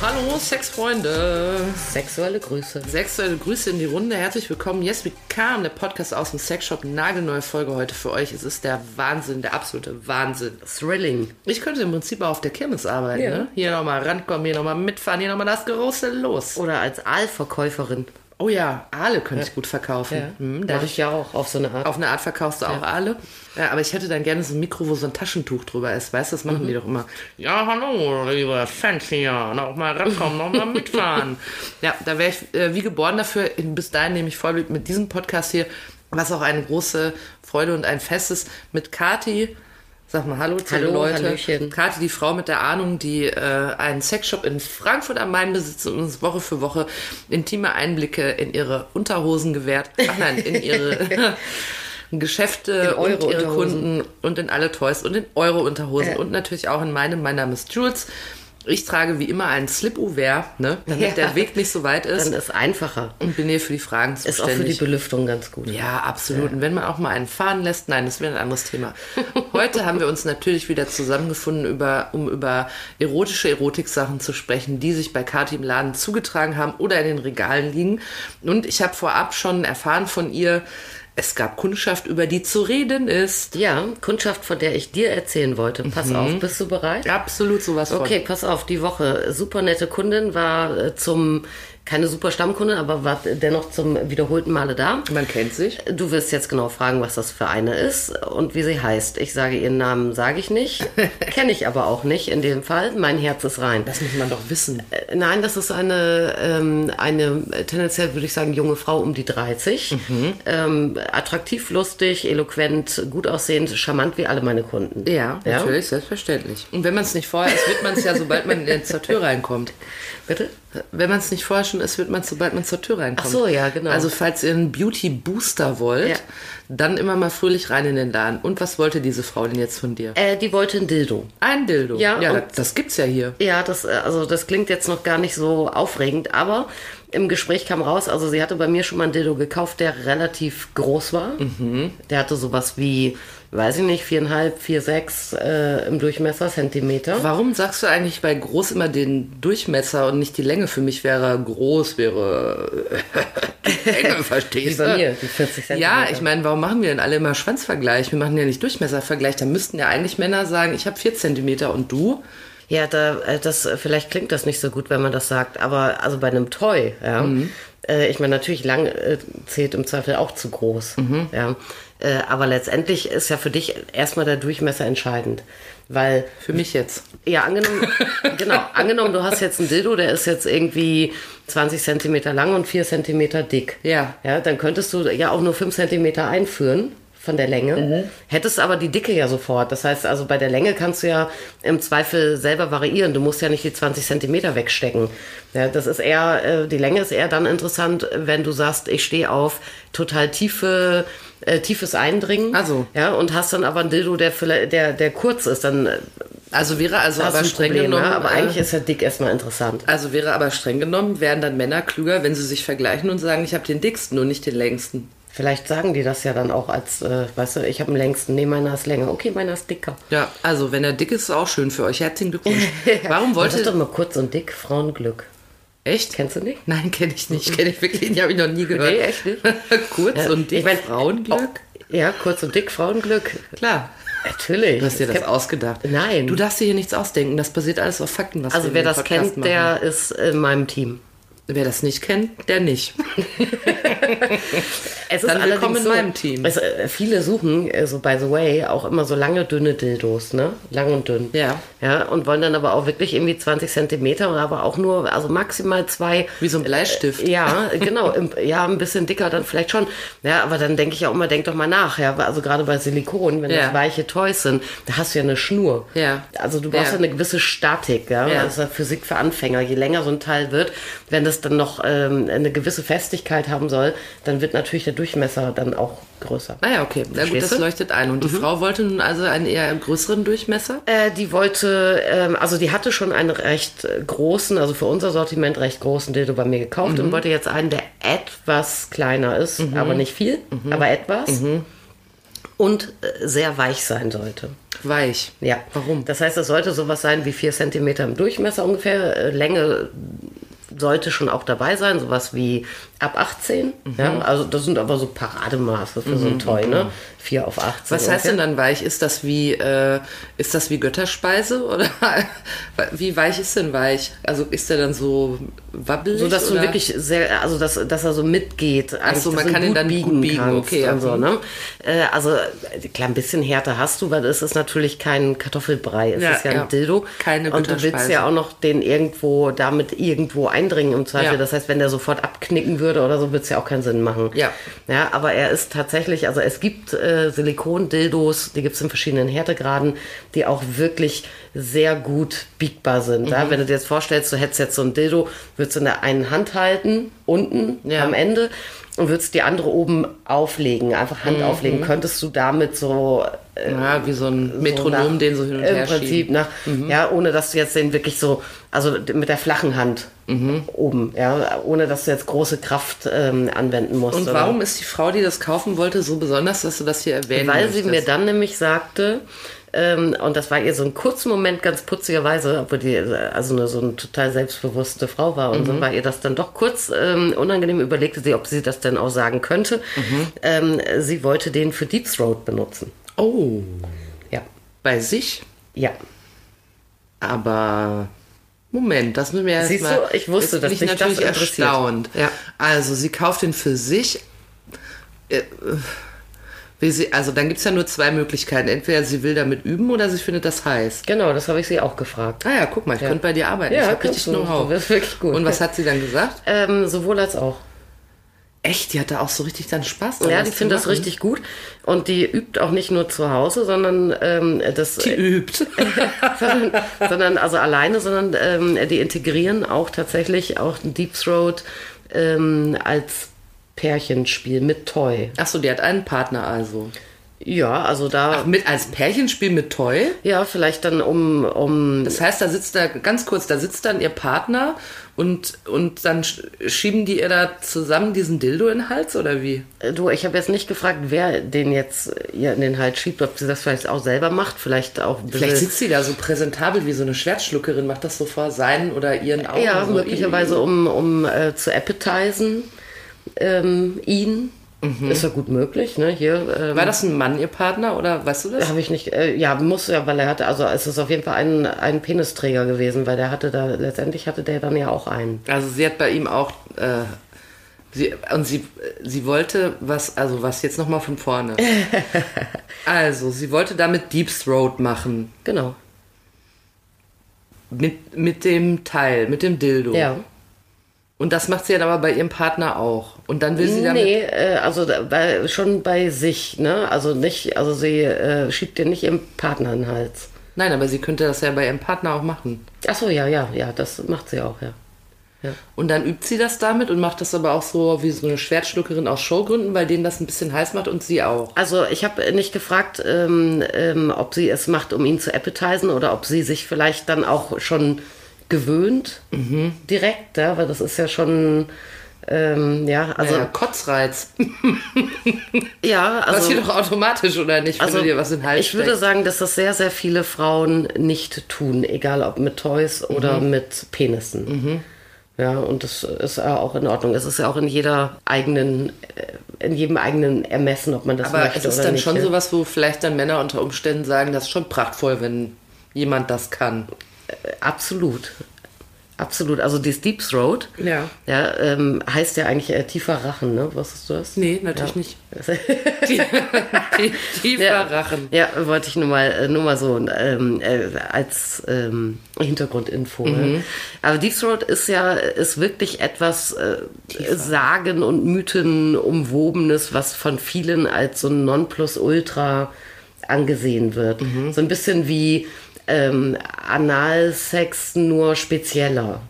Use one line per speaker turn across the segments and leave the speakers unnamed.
Hallo Sexfreunde,
Sexuelle Grüße.
sexuelle Grüße in die Runde, herzlich willkommen. Yes, we come, der Podcast aus dem Sexshop, nagelneue Folge heute für euch. Es ist der Wahnsinn, der absolute Wahnsinn.
Thrilling.
Ich könnte im Prinzip auch auf der Kirmes arbeiten,
Ja.
ne? Hier nochmal rankommen, hier nochmal mitfahren, hier nochmal das große Los.
Oder als Aalverkäuferin.
Oh ja, Aale könnte ich gut verkaufen. Hm, da
Mache ich ja auch auf so eine Art.
Auf eine Art verkaufst du auch alle. Ja, aber ich hätte dann gerne so ein Mikro, wo so ein Taschentuch drüber ist. Weißt du, das
Mhm.
machen die doch immer. Ja, hallo, liebe Fans hier. Noch mal rankommen, noch mal mitfahren. ja, da wäre ich äh, wie geboren dafür. Bis dahin nehme ich voll mit diesem Podcast hier, was auch eine große Freude und ein Fest ist, mit Kati. Sag mal Hallo zu
Hallo,
den Leuten.
Hallöchen.
Kati, die Frau mit der Ahnung, die äh, einen Sexshop in Frankfurt am Main besitzt und uns Woche für Woche intime Einblicke in ihre Unterhosen gewährt. Ach nein, in ihre Geschäfte
In eure
und ihre
Unterhosen.
Kunden und in alle Toys und in eure Unterhosen
Ja.
und natürlich auch in meine. Mein Name ist Jules. Ich trage wie immer einen Slip-Over, ne, damit
Ja.
der Weg nicht so weit ist
Dann ist einfacher.
und bin hier für die Fragen
Ist auch für die
zuständig.
Belüftung ganz gut.
Mhm. ja, absolut. Und wenn man auch mal einen fahren lässt, nein, das wäre ein anderes Thema. Heute haben wir uns natürlich wieder zusammengefunden, über, um über erotische Erotiksachen zu sprechen, die sich bei Kati im Laden zugetragen haben oder in den Regalen liegen. Und ich habe vorab schon erfahren von ihr, es gab Kundschaft, über die zu reden ist.
Ja, Kundschaft, von der ich dir erzählen wollte. Pass
Mhm.
auf, bist du bereit?
Absolut sowas von.
Okay, pass auf, die Woche. Super nette Kundin war äh, zum, keine super Stammkundin, aber war dennoch zum wiederholten Male da.
Man kennt sich.
Du wirst jetzt genau fragen, was das für eine ist und wie sie heißt. Ich sage ihren Namen, sage ich nicht. Kenne ich aber auch nicht in dem Fall. Mein Herz ist rein.
Das muss man doch wissen.
Äh, Nein, das ist eine, ähm, eine äh, tendenziell würde ich sagen junge Frau um die 30. Ähm, attraktiv, lustig, eloquent, gut aussehend, charmant wie alle meine Kunden.
Ja, natürlich, selbstverständlich. Und wenn man es nicht vorher ist, wird man es ja, sobald man in- zur Tür reinkommt.
Bitte?
Wenn man es nicht vorher schon ist, wird man es, sobald man zur Tür reinkommt.
Ach so, ja, genau.
Also falls ihr einen Beauty Booster wollt,
Ja.
dann immer mal fröhlich rein in den Laden. Und was wollte diese Frau denn jetzt von dir?
Äh, die wollte ein Dildo.
Ein Dildo.
Ja,
ja
und-
das, das gibt's ja hier.
Ja, das, äh, also das klingt jetzt noch gar nicht so aufregend, aber im Gespräch kam raus, also sie hatte bei mir schon mal einen Dildo gekauft, der relativ groß war. Der hatte sowas wie, weiß ich nicht, viereinhalb, vier, sechs äh, im Durchmesser, Zentimeter.
Warum sagst du eigentlich bei groß immer den Durchmesser und nicht die Länge? Für mich wäre groß, wäre die Länge,
Wie
verstehst du?
bei mir, die 40 Zentimeter.
Ja, ich meine, warum machen wir denn alle immer Schwanzvergleich? Wir machen ja nicht Durchmesservergleich. Da müssten ja eigentlich Männer sagen, ich habe 4 cm und du?
Ja, da, äh, das, äh, vielleicht klingt das nicht so gut, wenn man das sagt, aber also bei einem Toy, ja. Äh, Ich meine, natürlich lang äh, zählt im Zweifel auch zu groß. Ja. Äh, aber letztendlich ist ja für dich erstmal der Durchmesser entscheidend. Weil,
Für mich jetzt.
ja, angenommen, genau, angenommen, du hast jetzt einen Dildo, der ist jetzt irgendwie 20 Zentimeter lang und 4 Zentimeter dick.
Ja.
Ja, dann könntest du ja auch nur 5 Zentimeter einführen von der Länge, hättest aber die Dicke ja sofort. Das heißt, also bei der Länge kannst du ja im Zweifel selber variieren. Du musst ja nicht die 20 Zentimeter wegstecken. Ja, das ist eher, äh, die Länge ist eher dann interessant, wenn du sagst, ich stehe auf total tiefe, äh, tiefes Eindringen.
Ach so.
Ja, und hast dann aber einen Dildo, der, vielleicht- der, der kurz ist, dann äh,
Also wäre also
das
aber
ist ein
streng
Problem,
genommen.
ne? aber
äh,
eigentlich ist ja dick erstmal interessant.
also wäre aber streng genommen, wären dann Männer klüger, wenn sie sich vergleichen und sagen, ich habe den dicksten und nicht den längsten.
Vielleicht sagen die das ja dann auch als, äh, weißt du, ich habe einen längsten, nee, meiner ist länger. Okay, meiner ist dicker.
Ja, also wenn er dick ist, ist auch schön für euch. Herzlichen Glückwunsch. Warum
Das ist doch
wollte.
mal kurz und dick, Frauenglück.
Echt?
Kennst du nicht?
Nein, kenne ich nicht. Kenne ich wirklich nicht. Habe ich noch nie gehört.
Nee, echt nicht?
Kurz
Ja,
und dick.
ich mein-
Frauenglück?
Ja, kurz und dick, Frauenglück.
Klar.
Natürlich.
Du hast dir
Es
das
gibt-
ausgedacht.
Nein.
Du darfst dir hier nichts ausdenken. Das basiert alles auf Fakten. Was wir
also
in
wer
dem
das
Podcast
kennt,
machen.
der ist in meinem Team.
Wer das nicht kennt, der nicht.
Es
Dann
allerdings
willkommen in meinem Team.
Es, äh, viele suchen, äh, so by the way, auch immer so lange, dünne Dildos, ne? Lang und dünn.
Ja.
Ja, und wollen dann aber auch wirklich irgendwie 20 Zentimeter, aber auch nur, also maximal zwei.
Wie so ein Bleistift.
Ja, genau. Im, ja, ein bisschen dicker dann vielleicht schon. Ja, aber dann denke ich auch immer, denk doch mal nach. Ja, also gerade bei Silikon, wenn
Ja.
das weiche Toys sind, da hast du ja eine Schnur.
Ja.
Also du brauchst
Ja.
ja, eine gewisse Statik. Ja.
Ja.
Das ist ja Physik für Anfänger. Je länger so ein Teil wird, wenn das dann noch ähm, eine gewisse Festigkeit haben soll, dann wird natürlich der Durchmesser dann auch größer.
Naja, Ah okay. Na gut,
Verstehst
das
du? Mhm.
leuchtet ein. Und die Frau wollte nun also einen eher größeren Durchmesser?
Äh, die wollte, ähm, also die hatte schon einen recht äh, großen, also für unser Sortiment recht großen Dildo bei mir gekauft
Mhm.
und wollte jetzt einen, der etwas kleiner ist, aber nicht viel,
Mhm.
aber etwas. Und äh, sehr weich sein sollte.
Weich.
Ja.
Warum?
Das heißt, es sollte sowas sein wie 4 cm im Durchmesser ungefähr. Äh, Länge sollte schon auch dabei sein, sowas wie ab 18.
Mhm.
Ja, also das sind aber so Parademaße für so ein Toy, ne? 4 auf 18.
Was heißt
ungefähr.
denn dann weich? Ist das wie, äh, ist das wie Götterspeise? Oder wie weich ist denn weich? Also ist der dann so wabbelig?
So dass du
oder?
wirklich sehr, also dass, dass er so mitgeht. eigentlich,
so,
dass
man
du
kann ihn
gut
dann gut biegen,
kannst
okay, ja.
Und so, ne? äh, also äh, klar, ein bisschen Härte hast du, weil es ist natürlich kein Kartoffelbrei, es
Ja,
ist ja,
ja.
ein Dildo.
Keine
und du willst
Butterspeise.
ja auch noch den irgendwo damit irgendwo eindringen im Zweifel.
Ja.
Das heißt, wenn der sofort abknicken würde oder so, würde es ja auch keinen Sinn machen.
Ja.
Ja, aber er ist tatsächlich, also es gibt äh, Silikon-Dildos, die gibt es in verschiedenen Härtegraden, die auch wirklich sehr gut biegbar sind.
Mhm.
Ja? Wenn du dir jetzt vorstellst, du hättest jetzt so ein Dildo, würdest du in der einen Hand halten, unten
Ja.
am Ende, und würdest die andere oben auflegen, einfach
Mhm.
Hand auflegen, könntest du damit so äh,
Ja, wie so ein Metronom,
so nach,
den so hin und her
Im Prinzip
schieben. Mhm.
nach, ja, ohne dass du jetzt den wirklich so, also mit der flachen Hand
Mhm.
oben, ja, ohne dass du jetzt große Kraft ähm, anwenden musst.
Und
oder-
warum ist die Frau, die das kaufen wollte, so besonders, dass du das hier erwähnen
Weil sie
möchtest?
mir dann nämlich sagte, ähm, und das war ihr so ein kurzen Moment ganz putzigerweise, obwohl die äh, also eine, so eine total selbstbewusste Frau war und so war ihr das dann doch kurz ähm, unangenehm, überlegte sie, ob sie das denn auch sagen könnte. Ähm, sie wollte den für Deep Throat benutzen.
Oh,
Ja.
bei sich?
Ja.
Aber Moment, das müssen wir erst
Siehst
mal.
du, ich wusste,
jetzt
dass
bin ich
dich das
natürlich
interessiert.
erstaunt.
Ja.
Also sie kauft den für sich. Äh, will sie- Also dann gibt es ja nur zwei Möglichkeiten. Entweder sie will damit üben oder sie findet das heiß.
Genau, das habe ich sie auch gefragt.
Ah ja, guck mal, ich könnte bei dir arbeiten.
Ja,
ich habe
kannst
richtig
du.
Know-how.
Du bist wirklich gut.
Und was hat sie dann gesagt?
Ähm, sowohl als auch.
Echt, die hat da auch so richtig dann Spaß. daran,
Ja,
das
die
zu
findet das
machen?
richtig gut. Und die übt auch nicht nur zu Hause, sondern ähm, das.
Die übt.
sondern, sondern also alleine, sondern ähm, die integrieren auch tatsächlich auch einen Deep Throat ähm, als Pärchenspiel mit Toy.
Achso, die hat einen Partner also.
Ja, also da.
Ach, mit als Pärchenspiel mit Toy?
Ja, vielleicht dann um, um
Das heißt, da sitzt da, ganz kurz, da sitzt dann ihr Partner und, und dann sch- schieben die ihr da zusammen diesen Dildo in den Hals oder wie?
Äh, Du, ich habe jetzt nicht gefragt, wer den jetzt ihr in den Hals schiebt, ob sie das vielleicht auch selber macht, vielleicht auch. ein
Vielleicht
bisschen-
sitzt sie da so präsentabel wie so eine Schwertschluckerin, macht das so vor seinen oder ihren Augen.
ja,
so.
möglicherweise um, um äh, zu appetizen ähm, ihn. Ist ja gut möglich, ne? Hier ähm,
Mhm. War das ein Mann, ihr Partner, oder weißt du das?
habe ich nicht. Äh, ja, muss ja, weil er hatte, also es ist auf jeden Fall ein, ein Penisträger gewesen, weil der hatte da letztendlich hatte der dann ja auch einen.
Also sie hat bei ihm auch. Äh, Sie, und sie, sie wollte was, also was jetzt nochmal von vorne. also, sie wollte damit Deep Throat machen.
Genau.
Mit, mit dem Teil, mit dem Dildo.
Ja.
Und das macht sie ja aber bei ihrem Partner auch. Und dann will sie damit.
Nee, äh, also da- bei, schon bei sich, ne? Also nicht, also sie äh, schiebt dir nicht ihrem Partner in den Hals.
Nein, aber sie könnte das ja bei ihrem Partner auch machen.
Ach so, ja, ja, ja, das macht sie auch, ja.
Und dann übt sie das damit und macht das aber auch so wie so eine Schwertschluckerin aus Showgründen, weil denen das ein bisschen heiß macht und sie auch.
Also ich habe nicht gefragt, ähm, ähm, ob sie es macht, um ihn zu appetizen oder ob sie sich vielleicht dann auch schon gewöhnt
Mhm.
direkt, ja, weil das ist ja schon, ähm, ja, also
Also Kotzreiz.
ja,
Das
also,
geht doch automatisch, oder nicht, wenn
also
du dir was in den Hals
ich würde
steckst?
sagen, dass das sehr, sehr viele Frauen nicht tun, egal ob mit Toys oder
Mhm.
mit Penissen. Ja, und das ist ja auch in Ordnung. Es ist ja auch in jeder eigenen, äh, in jedem eigenen Ermessen, ob man das
Aber
möchte
es ist
oder
dann
nicht.
schon
ja.
sowas, wo vielleicht dann Männer unter Umständen sagen, das ist schon prachtvoll, wenn jemand das kann.
Absolut. Absolut. Also dieses Deep Throat
Ja.
ja, ähm, heißt ja eigentlich äh, tiefer Rachen, ne? Wusstest du das?
Nee, natürlich nicht. Die, die, tiefer
Ja.
Rachen.
Ja, wollte ich nur mal, äh, nur mal so ähm, äh, als ähm, Hintergrundinfo. ne? Aber Deep Throat ist ja ist wirklich etwas äh, Sagen und Mythen umwobenes, was von vielen als so ein Nonplusultra angesehen wird. So ein bisschen wie ähm, Analsex nur spezieller.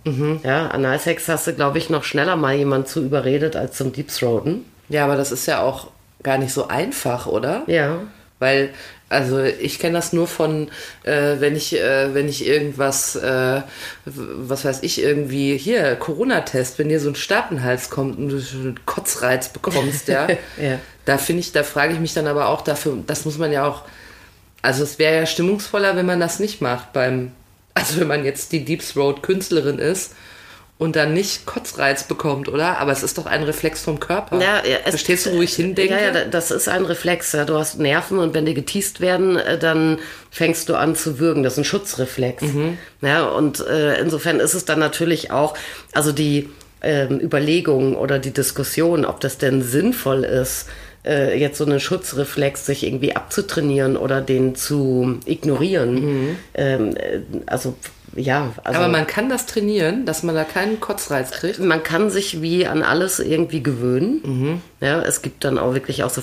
Ja, Analsex hast du, glaube ich, noch schneller mal jemand zu überredet als zum Deep Throaten.
Ja, aber das ist ja auch gar nicht so einfach, oder?
Ja.
Weil, also ich kenne das nur von, äh, wenn ich, äh, wenn ich irgendwas, äh, w- was weiß ich, irgendwie hier, Corona-Test, wenn dir so ein Stapenhals kommt und du so einen Kotzreiz bekommst, ja.
Ja.
Da finde ich, da frage ich mich dann aber auch dafür, das muss man ja auch, also es wäre ja stimmungsvoller, wenn man das nicht macht beim, also wenn man jetzt die Deep Throat Künstlerin ist und dann nicht Kotzreiz bekommt, oder? Aber es ist doch ein Reflex vom Körper.
Ja, ja, es-
Verstehst du, wo ich hindenke?
Ja, ja, da- das ist ein Reflex. Ja. Du hast Nerven und wenn die geteased werden, äh, dann fängst du an zu würgen. Das ist ein Schutzreflex.
Mhm.
Ja, und äh, insofern ist es dann natürlich auch, also die ähm, Überlegung oder die Diskussion, ob das denn sinnvoll ist, äh, jetzt so einen Schutzreflex sich irgendwie abzutrainieren oder den zu ignorieren. Ähm, äh, also ja, also
Mhm. Aber man kann das trainieren, dass man da keinen Kotzreiz kriegt.
man kann sich wie an alles irgendwie gewöhnen.
Mhm.
Ja, es gibt dann auch wirklich auch so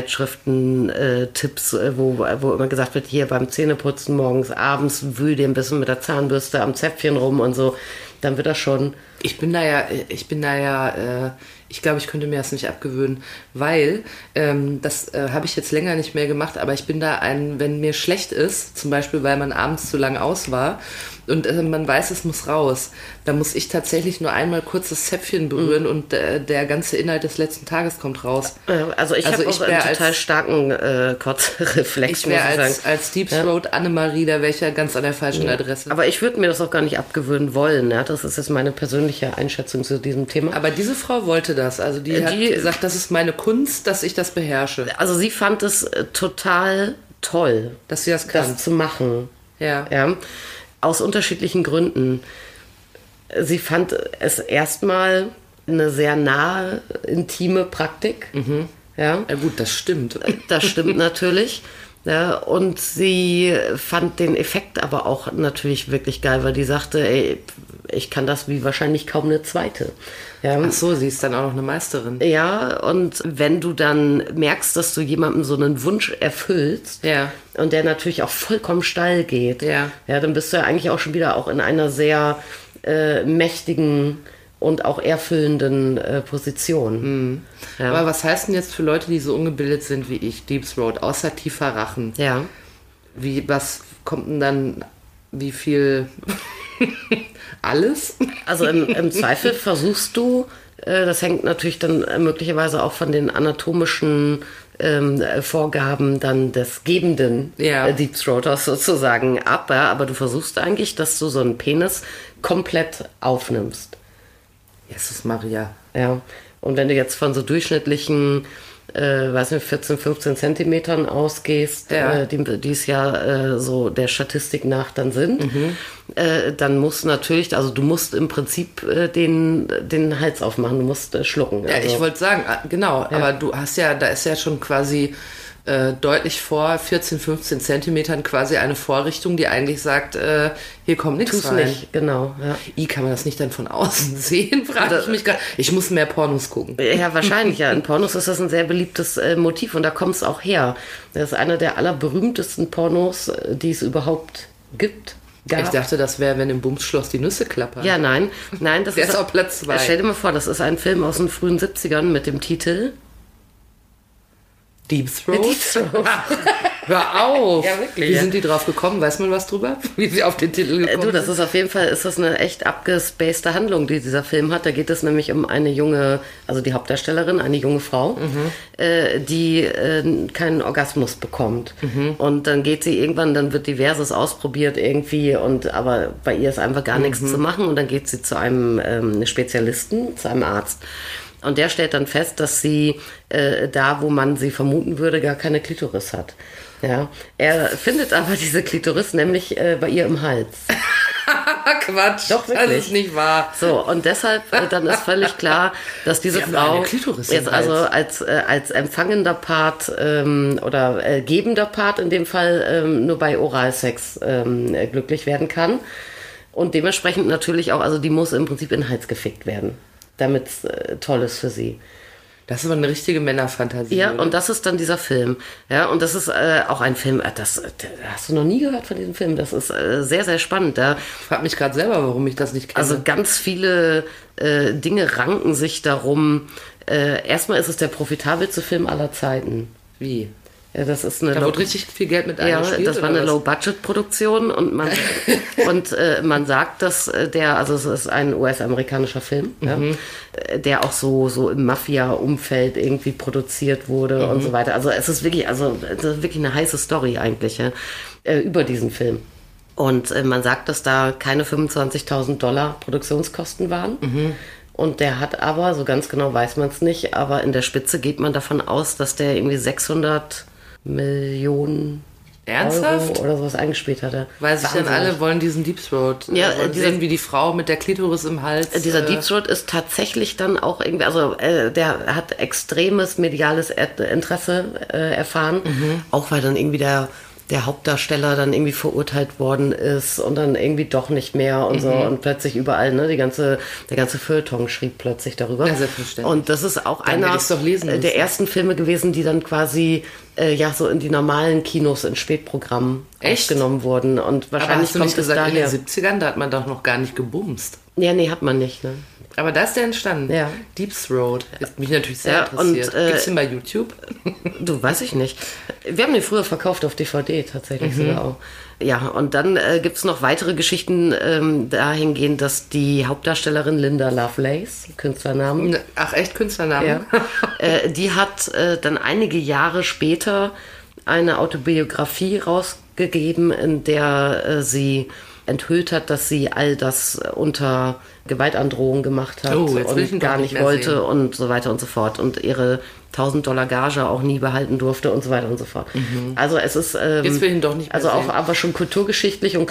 Frauenzeitschriften, äh, Tipps, äh, wo, wo immer gesagt wird, hier beim Zähneputzen morgens, abends wühl dir ein bisschen mit der Zahnbürste am Zäpfchen rum und so. Dann wird das schon.
Ich bin da ja, ich bin da ja, äh, ich glaube, ich könnte mir das nicht abgewöhnen, weil ähm, das äh, habe ich jetzt länger nicht mehr gemacht, aber ich bin da ein, wenn mir schlecht ist, zum Beispiel, weil man abends zu lang aus war und äh, man weiß, es muss raus, dann muss ich tatsächlich nur einmal kurz das Zäpfchen berühren
Mhm.
und äh, der ganze Inhalt des letzten Tages kommt raus.
Äh, Also ich
Also
habe
ich
auch einen
wär
total
als-
starken äh, Kotzreflex,
Ich
muss
wäre
ich sagen.
als, als Deep Throat Annemarie, da wäre ich ja ganz an der falschen Adresse.
Aber ich würde mir das auch gar nicht abgewöhnen wollen. Ja? Das ist jetzt meine persönliche Einschätzung zu diesem Thema.
Aber diese Frau wollte das. Also die, hat
Äh, die-
gesagt, das ist meine Kunst, dass ich das beherrsche.
Also sie fand es äh, total toll,
Dass sie das kann.
das zu machen.
ja.
Ja, aus unterschiedlichen Gründen. Sie fand es erstmal eine sehr nahe, intime Praktik. Ja,
ja. gut, das stimmt.
das stimmt natürlich. Ja, und sie fand den Effekt aber auch natürlich wirklich geil, weil die sagte, ey, ich kann das wie wahrscheinlich kaum eine zweite. Ja.
Ach so, sie ist dann auch noch eine Meisterin.
Ja, und wenn du dann merkst, dass du jemandem so einen Wunsch erfüllst
Ja.
und der natürlich auch vollkommen steil geht,
Ja.
ja, dann bist du ja eigentlich auch schon wieder auch in einer sehr äh, mächtigen und auch erfüllenden äh, Position. Ja.
Mhm. Aber was heißt denn jetzt für Leute, die so ungebildet sind wie ich, Deep Throat, außer tiefer Rachen?
Ja.
Wie, was kommt denn dann, wie viel? Alles?
Also im, im Zweifel versuchst du, äh, das hängt natürlich dann äh, möglicherweise auch von den anatomischen ähm, äh, Vorgaben dann des gebenden
Ja.
äh, Deep Throaters sozusagen ab, ja, aber du versuchst eigentlich, dass du so einen Penis komplett aufnimmst.
Jesus Maria.
Ja. Und wenn du jetzt von so durchschnittlichen, äh, weiß nicht, 14, 15 Zentimetern ausgehst,
Ja.
äh, die, die es ja äh, so der Statistik nach dann sind,
Mhm.
äh, dann musst du natürlich, also du musst im Prinzip äh, den, den Hals aufmachen, du musst äh, schlucken.
Ja,
also,
ich wollte sagen, ah, genau, aber du hast ja, da ist ja schon quasi äh, deutlich vor 14, 15 Zentimetern quasi eine Vorrichtung, die eigentlich sagt, äh, hier kommt nichts
tu's
rein.
nicht, Mhm. genau. Ja.
I, kann man das nicht dann von außen sehen, frage ich mich gerade. Ich muss mehr Pornos gucken.
Ja, wahrscheinlich, ja. In Pornos ist das ein sehr beliebtes äh, Motiv und da kommt es auch her. Das ist einer der allerberühmtesten Pornos, äh, die es überhaupt gibt. gab.
Ich dachte, das wäre, wenn im Bumsschloss die Nüsse klappern.
Ja, nein, nein, das
Der
ist
ist auf Platz zwei.
Stell dir mal vor, das ist ein Film aus den frühen 70ern mit dem Titel
Deep Throat. Hör auf!
Ja, wirklich,
Wie
ja.
sind die drauf gekommen? Weiß man was drüber? Wie sie auf den Titel
Äh,
gekommen
Du, das
sind?
ist auf jeden Fall, ist das eine echt abgespacede Handlung, die dieser Film hat. Da geht es nämlich um eine junge, also die Hauptdarstellerin, eine junge Frau, äh, die äh, keinen Orgasmus bekommt. Und dann geht sie irgendwann, dann wird diverses ausprobiert irgendwie und aber bei ihr ist einfach gar nichts zu machen und dann geht sie zu einem ähm, Spezialisten, zu einem Arzt. Und der stellt dann fest, dass sie äh, da, wo man sie vermuten würde, gar keine Klitoris hat. Ja. Er findet aber diese Klitoris nämlich äh, bei ihr im Hals.
Quatsch.
Doch,
das
wirklich.
ist nicht wahr.
So, und deshalb, äh, dann ist völlig klar, dass diese
Sie haben
Frau
eine halt. Klitoris im
jetzt also
Hals.
als, äh, als empfangender Part ähm, oder äh, gebender Part in dem Fall ähm, nur bei Oralsex ähm, äh, glücklich werden kann. Und dementsprechend natürlich auch, also die muss im Prinzip in den Hals gefickt werden, damit es äh, toll ist für sie.
Das ist aber eine richtige Männerfantasie.
Ja,
oder?
und das ist dann dieser Film. Ja, und das ist äh, auch ein Film, äh, das, äh, hast du noch nie gehört von diesem Film. Das ist äh, sehr, sehr spannend. Da
ich frage mich gerade selber, warum ich das nicht kenne.
also ganz viele äh, Dinge ranken sich darum, äh, Äh, erstmal ist es der profitabelste Film aller Zeiten.
Wie?
Ja, das ist eine
Da
Low-
wurde richtig viel Geld mit
ja,
eingespielt.
das war
oder
eine
was?
Low-Budget-Produktion und man und äh, man sagt, dass äh, der, also es ist ein US-amerikanischer Film, ja,
Mhm.
äh, der auch so so im Mafia-Umfeld irgendwie produziert wurde
Mhm.
und so weiter. Also es ist wirklich, also das ist wirklich eine heiße Story eigentlich ja, äh, über diesen Film. Und äh, man sagt, dass da keine 25.000 Dollar Produktionskosten waren.
Mhm.
Und der hat aber, so ganz genau weiß man es nicht, aber in der Spitze geht man davon aus, dass der irgendwie 600 Millionen
Ernsthaft?
Euro oder sowas eingespielt hatte.
Weil sich dann
Wahnsinnig.
alle wollen diesen Deep Throat.
Ja,
Ja, und
äh, dieser-
sehen, wie die Frau mit der Klitoris im Hals.
Äh, Dieser
äh,
Deep Throat ist tatsächlich dann auch irgendwie, also äh, der hat extremes mediales Ä- Interesse äh, erfahren,
Mhm.
auch weil dann irgendwie der, der Hauptdarsteller dann irgendwie verurteilt worden ist und dann irgendwie doch nicht mehr und
Mhm.
so und plötzlich überall, ne, die ganze, der ganze Feuilleton schrieb plötzlich darüber.
Ja, selbstverständlich.
Und das ist auch einer
hätte ich's doch lesen
äh, der
müssen.
ersten Filme gewesen, die dann quasi äh, ja so in die normalen Kinos in Spätprogrammen
Echt?
aufgenommen wurden und
aber
wahrscheinlich
hast du
kommt
nicht
es
gesagt, in den
daher.
70ern, da hat man doch noch gar nicht gebumst.
Ja, nee, hat man nicht, ne?
Aber da ist der entstanden.
Ja.
Deep Throat. Ist mich natürlich sehr
Ja, und,
interessiert.
äh,
Gibt's den bei YouTube?
Du, weiß ich nicht. Wir haben den früher verkauft auf DVD tatsächlich sogar auch. Ja, und dann äh, gibt es noch weitere Geschichten ähm, dahingehend, dass die Hauptdarstellerin Linda Lovelace, Künstlernamen,
Ne, Ach, echt Künstlernamen?
ja, äh, die hat äh, dann einige Jahre später eine Autobiografie rausgegeben, in der äh, sie enthüllt hat, dass sie all das äh, unter Gewaltandrohung gemacht hat
Oh, jetzt will ich ihn
und
doch
gar
nicht
nicht
mehr
wollte
sehen.
und so weiter und so fort und ihre 1000 Dollar Gage auch nie behalten durfte und so weiter und so fort. Also es ist ähm,
Mhm. Jetzt will ich ihn doch nicht mehr
also auch
sehen.
aber schon kulturgeschichtlich und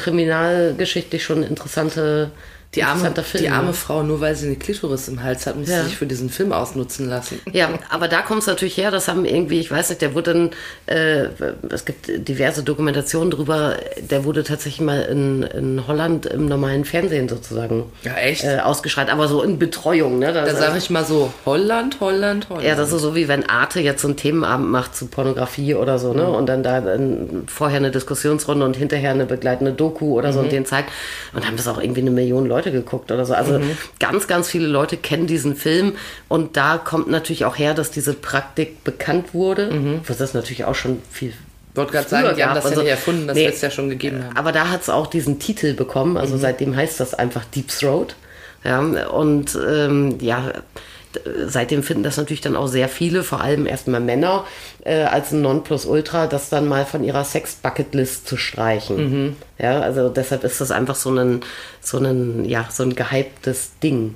kriminalgeschichtlich schon interessante
Die arme,
interessanter Film. ne?
die arme Frau, nur weil sie eine Klitoris im Hals hat, muss
Ja.
sie sich für diesen Film ausnutzen lassen.
Ja, aber da kommt es natürlich her, das haben irgendwie, ich weiß nicht, der wurde dann, äh, es gibt diverse Dokumentationen drüber, der wurde tatsächlich mal in, in Holland im normalen Fernsehen sozusagen
Ja, echt?
äh, ausgeschreit, aber so in Betreuung, ne?
Da sage ich mal so, Holland, Holland, Holland.
ja, das ist so wie wenn Arte jetzt so einen Themenabend macht zu Pornografie oder so,
Mhm.
ne? Und dann da ähm, vorher eine Diskussionsrunde und hinterher eine begleitende Doku oder so
Mhm.
und den zeigt. Und haben das auch irgendwie eine Million Leute geguckt oder so. Also
Mhm.
ganz, ganz viele Leute kennen diesen Film. Und da kommt natürlich auch her, dass diese Praktik bekannt wurde. Was das natürlich auch schon viel
Mhm. ich wollte gerade
früher
sagen, die haben
gab
das
und
ja
so.
nicht erfunden, das
Nee. äh,
wird es ja schon gegeben haben.
Aber da hat es auch diesen Titel bekommen. Also seitdem heißt das einfach Deep Throat. Ja, und ähm, ja, d- seitdem finden das natürlich dann auch sehr viele, vor allem erstmal Männer, äh, als ein Nonplusultra, das dann mal von ihrer Sex-Bucketlist zu streichen. Ja, also deshalb ist das einfach so ein, so ein, ja, so ein gehyptes Ding.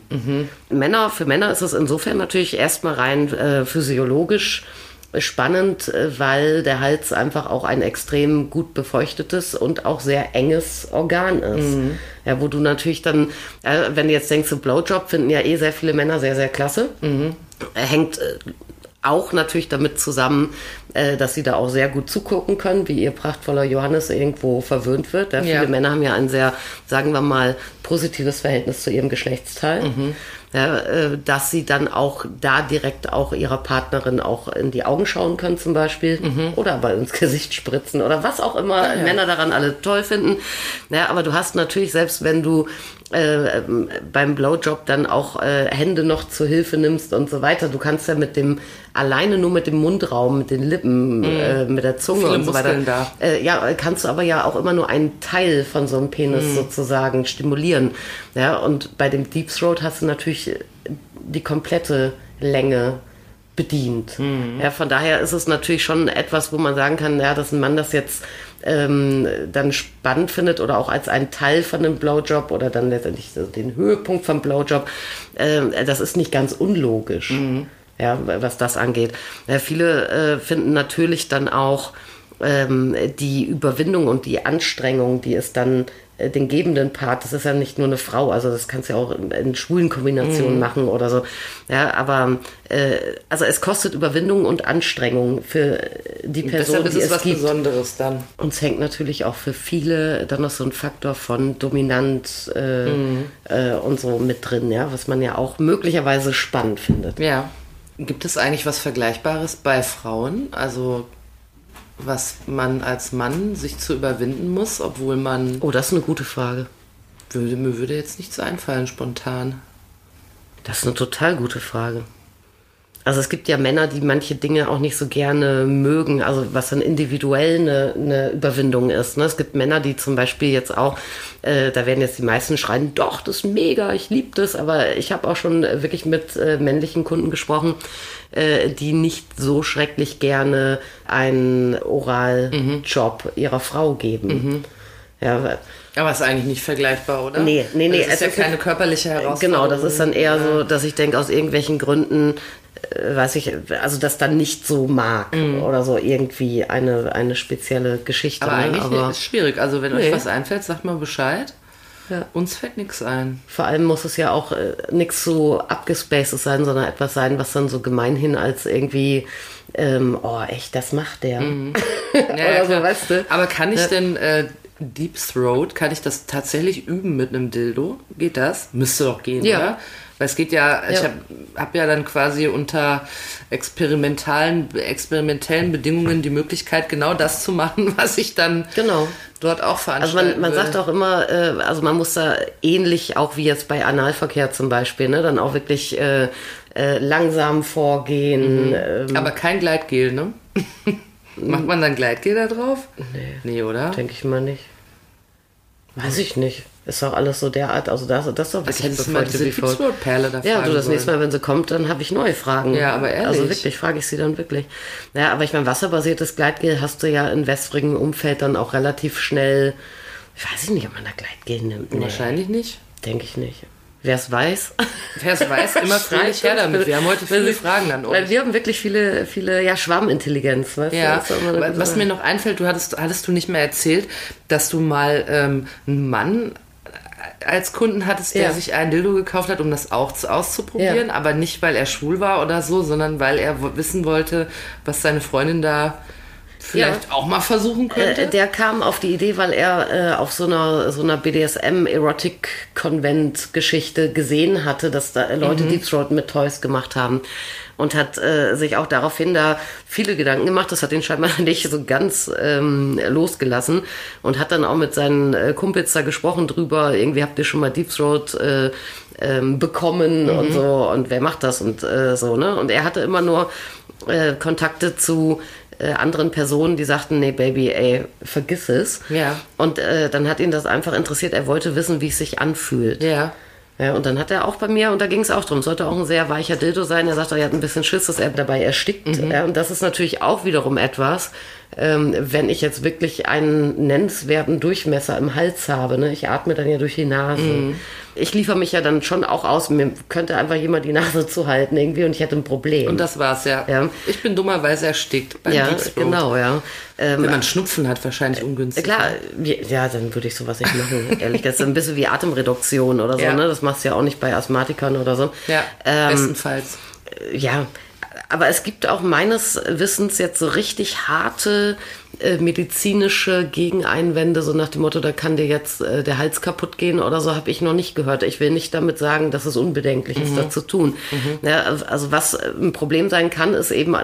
Männer, für Männer ist es insofern natürlich erstmal rein äh, physiologisch spannend, äh, weil der Hals einfach auch ein extrem gut befeuchtetes und auch sehr enges Organ ist. Ja, wo du natürlich dann, äh, wenn du jetzt denkst, so Blowjob finden ja eh sehr viele Männer sehr, sehr klasse. Äh, Hängt äh, auch natürlich damit zusammen, äh, dass sie da auch sehr gut zugucken können, wie ihr prachtvoller Johannes irgendwo verwöhnt wird. Ja, viele
Ja.
Männer haben ja ein sehr, sagen wir mal, positives Verhältnis zu ihrem Geschlechtsteil.
Mhm.
Ja, äh, dass sie dann auch da direkt auch ihrer Partnerin auch in die Augen schauen können zum Beispiel
Mhm.
oder aber ins Gesicht spritzen oder was auch immer
Ah,
Männer daran alle toll finden. Ja, aber du hast natürlich, selbst wenn du äh, ähm, beim Blowjob dann auch äh, Hände noch zur Hilfe nimmst und so weiter, du kannst ja mit dem, alleine nur mit dem Mundraum, mit den Lippen, äh, mit der Zunge
Mhm. Viele
und so weiter,
Muskeln da.
äh, ja, kannst du aber ja auch immer nur einen Teil von so einem Penis sozusagen stimulieren. Ja, und bei dem Deep Throat hast du natürlich äh, die komplette Länge bedient. Ja, von daher ist es natürlich schon etwas, wo man sagen kann, ja, dass ein Mann das jetzt ähm, dann spannend findet oder auch als einen Teil von einem Blowjob oder dann letztendlich so den Höhepunkt vom Blowjob, ähm, das ist nicht ganz unlogisch. Ja, was das angeht. Ja, viele äh, finden natürlich dann auch ähm, die Überwindung und die Anstrengung, die es dann äh, den gebenden Part, das ist ja nicht nur eine Frau, also das kannst du ja auch in, in schwulen Kombinationen machen oder so. Ja, aber äh, also es kostet Überwindung und Anstrengung für äh, die Person,
Deshalb ist
die
es
es,
was
gibt.
Besonderes dann.
Und es hängt natürlich auch für viele dann noch so ein Faktor von dominant äh, äh, und so mit drin, ja, was man ja auch möglicherweise spannend findet.
Ja. Gibt es eigentlich was Vergleichbares bei Frauen? Also, was man als Mann sich zu überwinden muss, obwohl man.
Oh, das ist eine gute Frage.
Würde, mir würde jetzt nichts einfallen spontan.
Das ist eine total gute Frage. Also es gibt ja Männer, die manche Dinge auch nicht so gerne mögen, also was dann individuell eine, eine Überwindung ist. Ne? Es gibt Männer, die zum Beispiel jetzt auch, äh, da werden jetzt die meisten schreien, doch, das ist mega, ich liebe das, aber ich habe auch schon äh, wirklich mit äh, männlichen Kunden gesprochen, äh, die nicht so schrecklich gerne einen Oraljob ihrer Frau geben. Ja, weil-
Aber ist eigentlich nicht vergleichbar, oder?
Nee, nee, nee,
Das ist
es
ja
ist-
keine körperliche Herausforderung.
Genau, das ist dann eher so, dass ich denke, aus irgendwelchen Gründen, äh, weiß ich, also das dann nicht so mag oder so irgendwie eine, eine spezielle Geschichte.
Mhm. Aber
ne?
eigentlich
Aber
ist es schwierig. Also wenn euch
Nee.
was einfällt, sagt mal Bescheid.
Ja.
Uns fällt nichts ein.
vor allem muss es ja auch äh, nichts so abgespacedes sein, sondern etwas sein, was dann so gemeinhin als irgendwie, ähm, oh echt, das macht der.
Mhm. Ja, ja,
oder so,
klar.
weißt du?
Aber kann ich denn äh, Deep Throat, kann ich das tatsächlich üben mit einem Dildo? Geht das? Müsste doch gehen,
Ja.
oder? Weil es geht ja, ich
Ja.
habe hab ja dann quasi unter experimentalen, experimentellen Bedingungen die Möglichkeit, genau das zu machen, was ich dann
Genau.
dort auch
Also
veranstalte.
man, man sagt auch immer, äh, also man muss da ähnlich auch wie jetzt bei Analverkehr zum Beispiel, ne, dann auch wirklich äh, äh, langsam vorgehen,
Mhm.
ähm,
Aber kein Gleitgel, ne? Macht man dann Gleitgel da drauf? Nee. Nee, oder?
Denke ich mal nicht. Weiß ich nicht. Ist doch alles so derart. Also das, das ist doch
Hm. Das
wirklich
hättest du mal
befeuchtet
diese
wie
Deep
voll.
Throat Perle da
Ja,
fragen
du, das
sollen.
nächste Mal, wenn sie kommt, dann habe ich neue Fragen.
Ja, aber ehrlich.
Also wirklich, frage ich sie dann wirklich. Ja, aber ich meine, wasserbasiertes Gleitgel hast du ja in westfrigem Umfeld dann auch relativ schnell. Ich weiß nicht, ob man da Gleitgel nimmt. Nee,
Wahrscheinlich nicht.
denke ich nicht. Wer es weiß.
Wer es weiß, immer fröhlich her damit. Wir haben heute
Weil
viele
sie-
Fragen an
Weil
euch.
wir haben wirklich viele, viele, ja, Schwarmintelligenz, weißt du?
Ja,
Das ist immer eine
wa-
gute
was
Sache.
mir noch einfällt, du hattest, hattest du nicht mehr erzählt, dass du mal ähm, einen Mann äh, als Kunden hattest, der
Ja.
sich ein Dildo gekauft hat, um das auch zu, auszuprobieren,
Ja.
aber nicht, weil er schwul war oder so, sondern weil er w- wissen wollte, was seine Freundin da vielleicht auch mal versuchen könnte.
Äh, der kam auf die Idee, weil er äh, auf so einer, so einer BDSM-Erotic-Convent-Geschichte gesehen hatte, dass da äh, Leute Deep Throat mit Toys gemacht haben. Und hat äh, sich auch daraufhin da viele Gedanken gemacht. Das hat ihn scheinbar nicht so ganz ähm, losgelassen. Und hat dann auch mit seinen äh, Kumpels da gesprochen drüber. Irgendwie habt ihr schon mal Deep Throat äh, ähm, bekommen und so. Und wer macht das und äh, so, ne? Und er hatte immer nur äh, Kontakte zu äh, anderen Personen, die sagten, nee, Baby, ey, vergiss es.
Ja.
Und äh, dann hat ihn das einfach interessiert. Er wollte wissen, wie es sich anfühlt.
ja.
Ja, und dann hat er auch bei mir, und da ging es auch drum, sollte auch ein sehr weicher Dildo sein. Er sagte, er hat ein bisschen Schiss, dass er dabei erstickt.
Mhm.
Ja, und das ist natürlich auch wiederum etwas, ähm, wenn ich jetzt wirklich einen nennenswerten Durchmesser im Hals habe. Ne? Ich atme dann ja durch die Nase.
Mhm.
Ich liefere mich ja dann schon auch aus. Mir könnte einfach jemand die Nase zuhalten irgendwie und ich hätte ein Problem.
Und das war's, ja.
Ja.
Ich bin dummerweise erstickt beim
ja,
Deep Throat.
genau, ja. Ähm,
Wenn man Schnupfen hat, wahrscheinlich ungünstig.
Äh, Klar, ja, dann würde ich sowas nicht machen, ehrlich. Das ist ein bisschen wie Atemreduktion oder so,
Ja.
ne? Das machst du ja auch nicht bei Asthmatikern oder so.
Ja,
ähm,
bestenfalls.
ja. Aber es gibt auch meines Wissens jetzt so richtig harte äh, medizinische Gegeneinwände, so nach dem Motto, da kann dir jetzt äh, der Hals kaputt gehen oder so, habe ich noch nicht gehört. Ich will nicht damit sagen, dass es unbedenklich ist,
Mhm.
das zu tun. Ja, also was ein Problem sein kann, ist eben äh,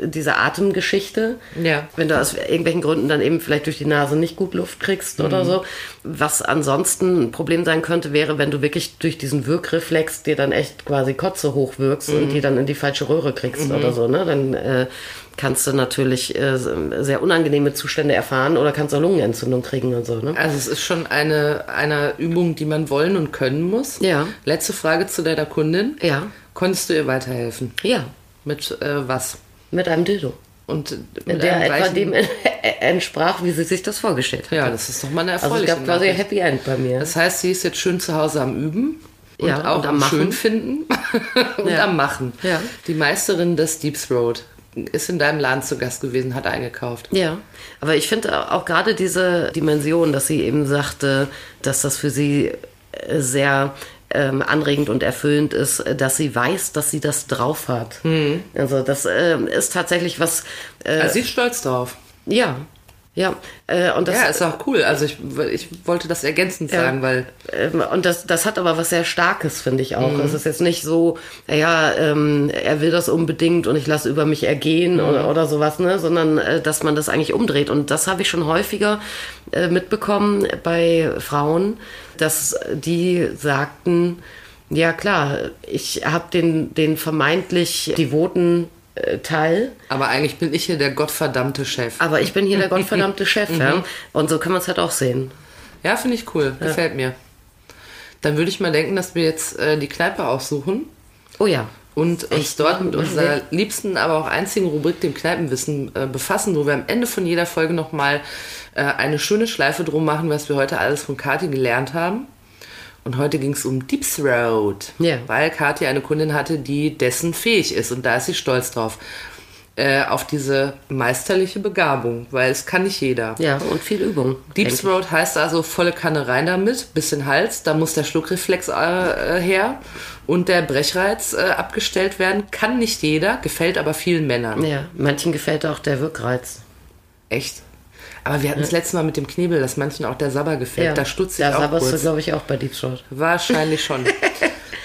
diese Atemgeschichte
Ja.
wenn du aus irgendwelchen Gründen dann eben vielleicht durch die Nase nicht gut Luft kriegst
Mhm.
oder so. Was ansonsten ein Problem sein könnte, wäre, wenn du wirklich durch diesen Wirkreflex dir dann echt quasi Kotze hochwirkst
Mhm.
und die dann in die falsche Röhre kriegst oder so. Ne? Dann äh, kannst du natürlich äh, sehr unangenehme Zustände erfahren oder kannst auch Lungenentzündung kriegen und so. Ne?
Also es ist schon eine, eine Übung, die man wollen und können muss.
Ja.
Letzte Frage zu deiner Kundin.
Ja.
Konntest du ihr weiterhelfen?
Ja,
Mit äh, was?
mit einem Dildo.
Und mit
Der
einem
etwa
gleichen-
dem entsprach, wie sie sich das vorgestellt hat.
Ja, das ist doch mal eine
Also es
erfreuliche
gab quasi ein
Nachricht.
Happy End bei mir.
Das heißt, sie ist jetzt schön zu Hause am Üben. Und
Ja,
auch
und am
am,
Machen.
schön finden und
Ja.
am Machen.
Ja.
Die Meisterin des Deep Throat ist in deinem Laden zu Gast gewesen, hat eingekauft.
Ja, aber ich finde auch gerade diese Dimension, dass sie eben sagte, dass das für sie äh, sehr ähm, anregend und erfüllend ist, äh, dass sie weiß, dass sie das drauf hat. Also das ähm, ist tatsächlich was. Äh,
Hm. Also sie ist stolz drauf.
ja, ja. Äh, und das
Ja, ist auch cool. Also ich, ich wollte das ergänzend
Ja.
sagen, weil
Ähm, Und das, das hat aber was sehr Starkes, finde ich auch. Es ist jetzt nicht so, ja, ähm, er will das unbedingt und ich lasse über mich ergehen oder, oder sowas, ne? sondern äh, dass man das eigentlich umdreht. Und das habe ich schon häufiger äh, mitbekommen bei Frauen, dass die sagten, Ja, klar. Ich habe den, den vermeintlich devoten äh, Teil,
Aber eigentlich bin ich hier der gottverdammte Chef.
aber ich bin hier der gottverdammte Chef. Ja? Und so kann man es halt auch sehen.
Ja, finde ich cool. Gefällt mir. Dann würde ich mal denken, dass wir jetzt äh, die Kneipe aussuchen
Oh ja.
und uns
Echt?
dort mit
Machen
unserer liebsten, aber auch einzigen Rubrik, dem Kneipenwissen, äh, befassen, wo wir am Ende von jeder Folge nochmal äh, eine schöne Schleife drum machen, was wir heute alles von Kathi gelernt haben. Und heute ging es um Deeps Road,
Ja.
weil Kathi eine Kundin hatte, die dessen fähig ist und da ist sie stolz drauf. Äh, auf diese meisterliche Begabung, weil es kann nicht jeder.
Ja, und viel Übung.
Deeps Road heißt also volle Kanne rein damit, bisschen Hals, da muss der Schluckreflex äh, äh, her und der Brechreiz äh, abgestellt werden. Kann nicht jeder, gefällt aber vielen Männern.
Ja, manchen gefällt auch der Wirkreiz.
Echt. Aber wir hatten das letzte Mal mit dem Knebel, dass manchen auch der Sabber gefällt.
Ja,
Da stutze ich
Da
auch
sabberst du,
kurz.
glaube ich, auch bei Deep Short.
Wahrscheinlich schon.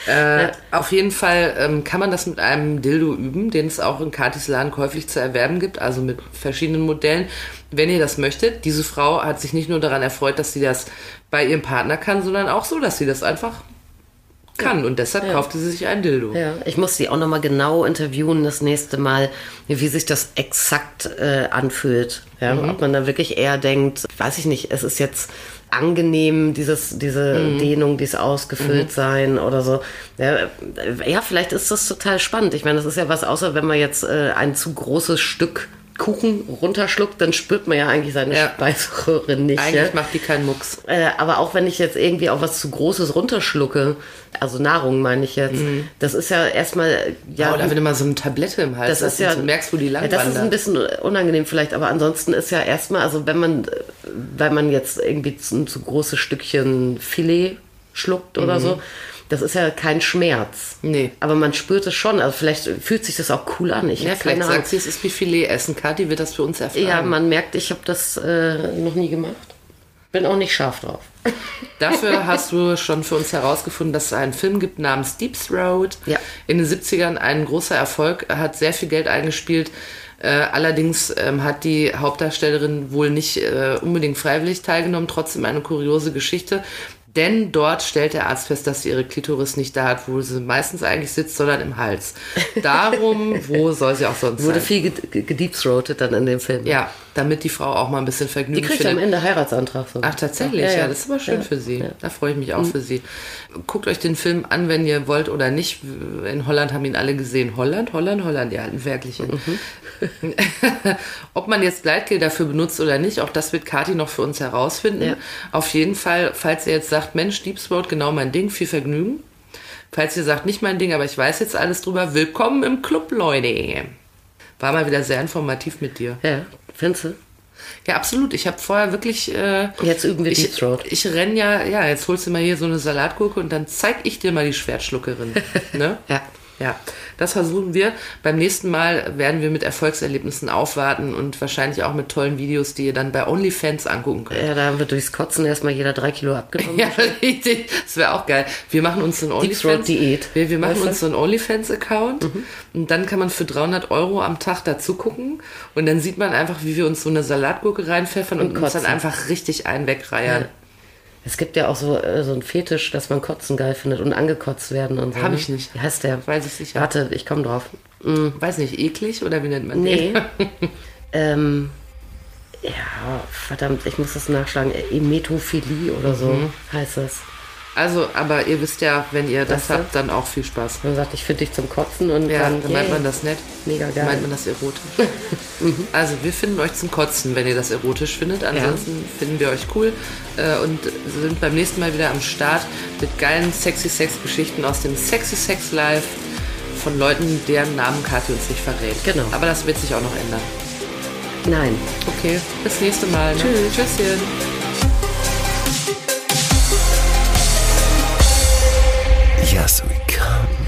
äh, auf jeden Fall ähm, kann man das mit einem Dildo üben, den es auch in Katis Laden käuflich zu erwerben gibt, also mit verschiedenen Modellen, wenn ihr das möchtet. Diese Frau hat sich nicht nur daran erfreut, dass sie das bei ihrem Partner kann, sondern auch so, dass sie das einfach kann. Und deshalb kaufte sie sich ein Dildo.
Ja, ich muss sie auch nochmal genau interviewen das nächste Mal, wie sich das exakt äh, anfühlt. Ja,
Mhm.
Ob man da wirklich eher denkt, weiß ich nicht, es ist jetzt angenehm, dieses, diese
Mhm.
Dehnung, dieses ausgefüllt sein oder so. Ja, äh, ja, vielleicht ist das total spannend. Ich meine, das ist ja was, außer wenn man jetzt äh, ein zu großes Stück Kuchen runterschluckt, dann spürt man ja eigentlich seine
Ja.
Speiseröhre nicht. ja?
Eigentlich macht die keinen Mucks.
Äh, aber auch wenn ich jetzt irgendwie auch was zu Großes runterschlucke, also Nahrung meine ich jetzt,
Mhm.
das ist ja erstmal, äh, ja,
Oder wenn du mal so eine Tablette im Hals
das
hast
ist ja,
und du halt merkst, wo die lang
ja, das ist ein bisschen unangenehm vielleicht, aber ansonsten ist ja erstmal, also wenn man, äh, wenn man jetzt irgendwie zu, ein zu großes Stückchen Filet schluckt
Mhm.
oder so, das ist ja kein Schmerz.
Nee.
Aber man spürt es schon, also vielleicht fühlt sich das auch cool an. Ich
Ja,
hab
vielleicht
keine Ahnung.
sagt sie, es ist wie Filet essen. Kathi wird das für uns erfahren.
Ja, man merkt, ich habe das äh, noch nie gemacht. Bin auch nicht scharf drauf.
Dafür hast du schon für uns herausgefunden, dass es einen Film gibt namens Deep Throat.
Ja.
In den 70ern ein großer Erfolg, hat sehr viel Geld eingespielt. Äh, allerdings ähm, hat die Hauptdarstellerin wohl nicht äh, unbedingt freiwillig teilgenommen, trotzdem eine kuriose Geschichte. Denn dort stellt der Arzt fest, dass sie ihre Klitoris nicht da hat, wo sie meistens eigentlich sitzt, sondern im Hals. Darum, wo soll sie auch sonst
Wurde
sein?
viel ged- ge- gedeepthroatet dann in dem Film.
Ja, damit die Frau auch mal ein bisschen Vergnügen
Die kriegt am
findet.
Ende Heiratsantrag sogar.
Ach, tatsächlich, ja,
Ja, ja.
das ist aber schön
Ja,
für Sie.
ja. Mhm.
Da freue ich mich auch für Sie. Guckt euch den Film an, wenn ihr wollt oder nicht. In Holland haben ihn alle gesehen. Holland, Holland, Holland, die alten Werklichen.
Mhm.
Ob man jetzt Gleitgel dafür benutzt oder nicht, auch das wird Kathi noch für uns herausfinden.
Ja.
Auf jeden Fall, falls ihr jetzt sagt, Mensch, Deep Throat, genau mein Ding, viel Vergnügen. Falls ihr sagt, nicht mein Ding, aber ich weiß jetzt alles drüber, willkommen im Club, Leute. War mal wieder sehr informativ mit dir.
Ja, findest du?
Ja, absolut. Ich habe vorher wirklich. Äh,
Jetzt üben wir
ich,
Deep Throat.
ich renn ja, ja, jetzt holst du mal hier so eine Salatgurke und dann zeig ich dir mal die Schwertschluckerin. ne?
Ja.
Ja, das versuchen wir. Beim nächsten Mal werden wir mit Erfolgserlebnissen aufwarten und wahrscheinlich auch mit tollen Videos, die ihr dann bei OnlyFans angucken könnt.
Ja, da haben wir durchs Kotzen erstmal jeder drei Kilo abgenommen.
Ja, richtig. Das wäre auch geil. Wir machen uns so ein OnlyFans.
Throat-Diät.
Wir, wir machen
Weißt du?
uns so einen OnlyFans-Account
Mhm.
und dann kann man für 300 Euro am Tag dazu gucken und dann sieht man einfach, wie wir uns so eine Salatgurke reinpfeffern und,
Und
uns dann
kotzen.
einfach richtig einen wegreiern.
Es gibt ja auch so, äh, so einen Fetisch, dass man Kotzen geil findet und angekotzt werden und so.
Hab
ne?
ich nicht.
Wie heißt der?
Weiß ich sicher.
Warte, ich komme drauf.
Weiß nicht, eklig oder wie nennt man
Nee.
den?
ähm, ja, verdammt, ich muss das nachschlagen. Emetophilie oder so
Mhm.
heißt das.
Also, aber ihr wisst ja, wenn ihr das
Weißt du?
habt, dann auch viel Spaß.
Man sagt, ich finde dich zum Kotzen und
Ja,
dann,
dann meint
yay.
man das nett.
Mega geil.
Meint man das erotisch. also, wir finden euch zum Kotzen, wenn ihr das erotisch findet. Ansonsten finden wir euch cool äh, und sind beim nächsten Mal wieder am Start mit geilen Sexy Sex Geschichten aus dem Sexy Sex Live von Leuten, deren Namen Kathi uns nicht verrät.
Genau.
Aber das wird sich auch noch ändern.
Nein.
Okay, bis nächste Mal. Ne? Tschüss. Tschüsschen.
Yes, we